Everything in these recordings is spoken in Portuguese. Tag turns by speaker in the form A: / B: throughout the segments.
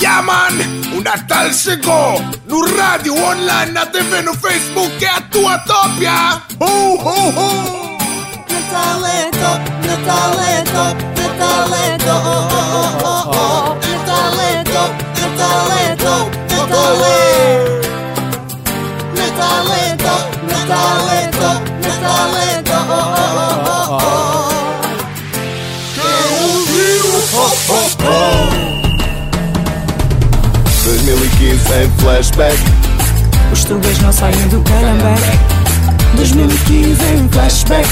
A: Yeah man, una tal chegou no rádio, online, na TV, no Facebook, é a tua tópia. Uh, uh, uh.
B: Natal é top, Natal é top, Natal é top, oh, oh, oh, oh, oh. Natal é top, Natal é top, Natal é. Natal é top, Natal é top, Natal é top, oh, oh, oh, oh, oh.
A: Quero ouvir o Hop Hop Hop.
C: 2015 em flashback.
D: Os tugas não saem do calhambeque 2015 em flashback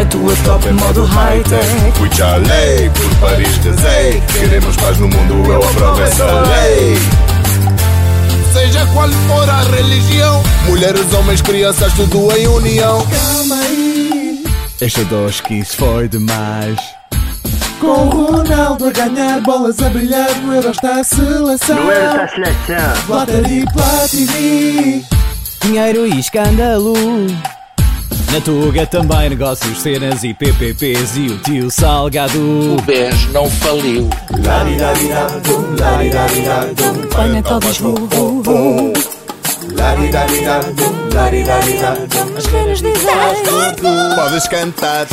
D: A tua top modo high-tech
C: Fui já lei, por Paris casei. Queremos paz no mundo, eu aprovo essa lei.
A: Seja qual for a religião,
C: Mulheres, homens, crianças, tudo em união.
E: Esta dos 15 foi demais.
F: Com o Ronaldo a ganhar bolas a brilhar no Eurostar seleção.
G: No Euro da Seleção.
F: Lottery Platini.
D: Dinheiro e escândalo
E: Na Tuga também negócios, cenas e PPPs e o tio Salgado.
H: BES não faliu.
C: Lari-dari-dum, lari-dari-dum.
D: Põe na tua Lisboa
C: Lari-dari-dum, lari-dari-dum.
D: As caras dizem
C: Podes cantar.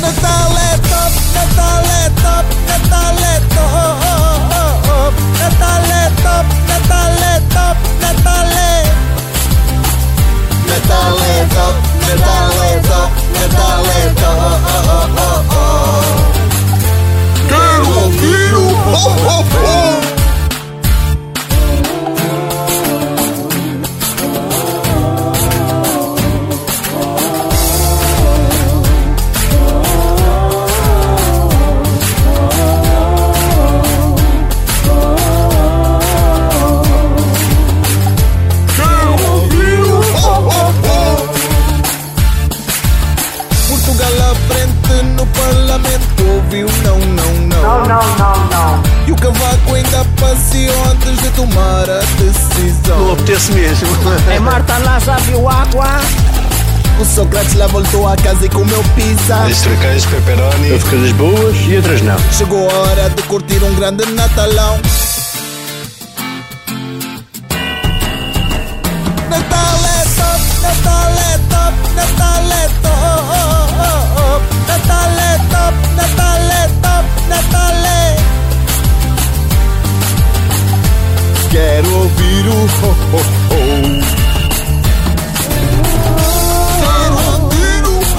B: Natal é top, Natal é top, Natal é top. Natal é top, Natal é top, Natal é. Natal é top, Natal é top, Natal é top.
A: quero ouvir o Hop Hop Hop. Quero ouvir o Hop Hop Hop.
C: Portugal à frente no Parlamento. Ouviu? Não, não,
G: Não, não, não, não.
C: E o cavaco ainda passeou antes de tomar a decisão.
H: Obteve-se mesmo.
D: É Marta Lassa, viu água
C: O Sócrates lá voltou à casa e comeu pizza.
H: Estracais, pepperoni. Houve coisas boas e outras não.
C: Chegou a hora de curtir um grande Natalão.
B: Natal é top, Natal é top, Natal é top. Natal é top, Natal é top, Natal é.
C: Quero ouvir o ho ho ho.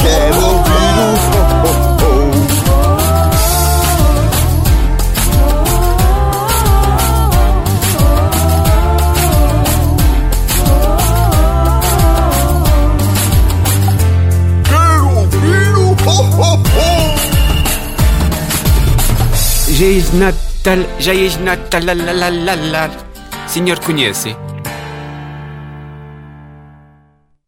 C: Quero ouvir o ho ho ho.
A: Quero ouvir o Hop Hop Hop.
I: Já és Natal, já és Natal, la la la la la. Senhor, conhece?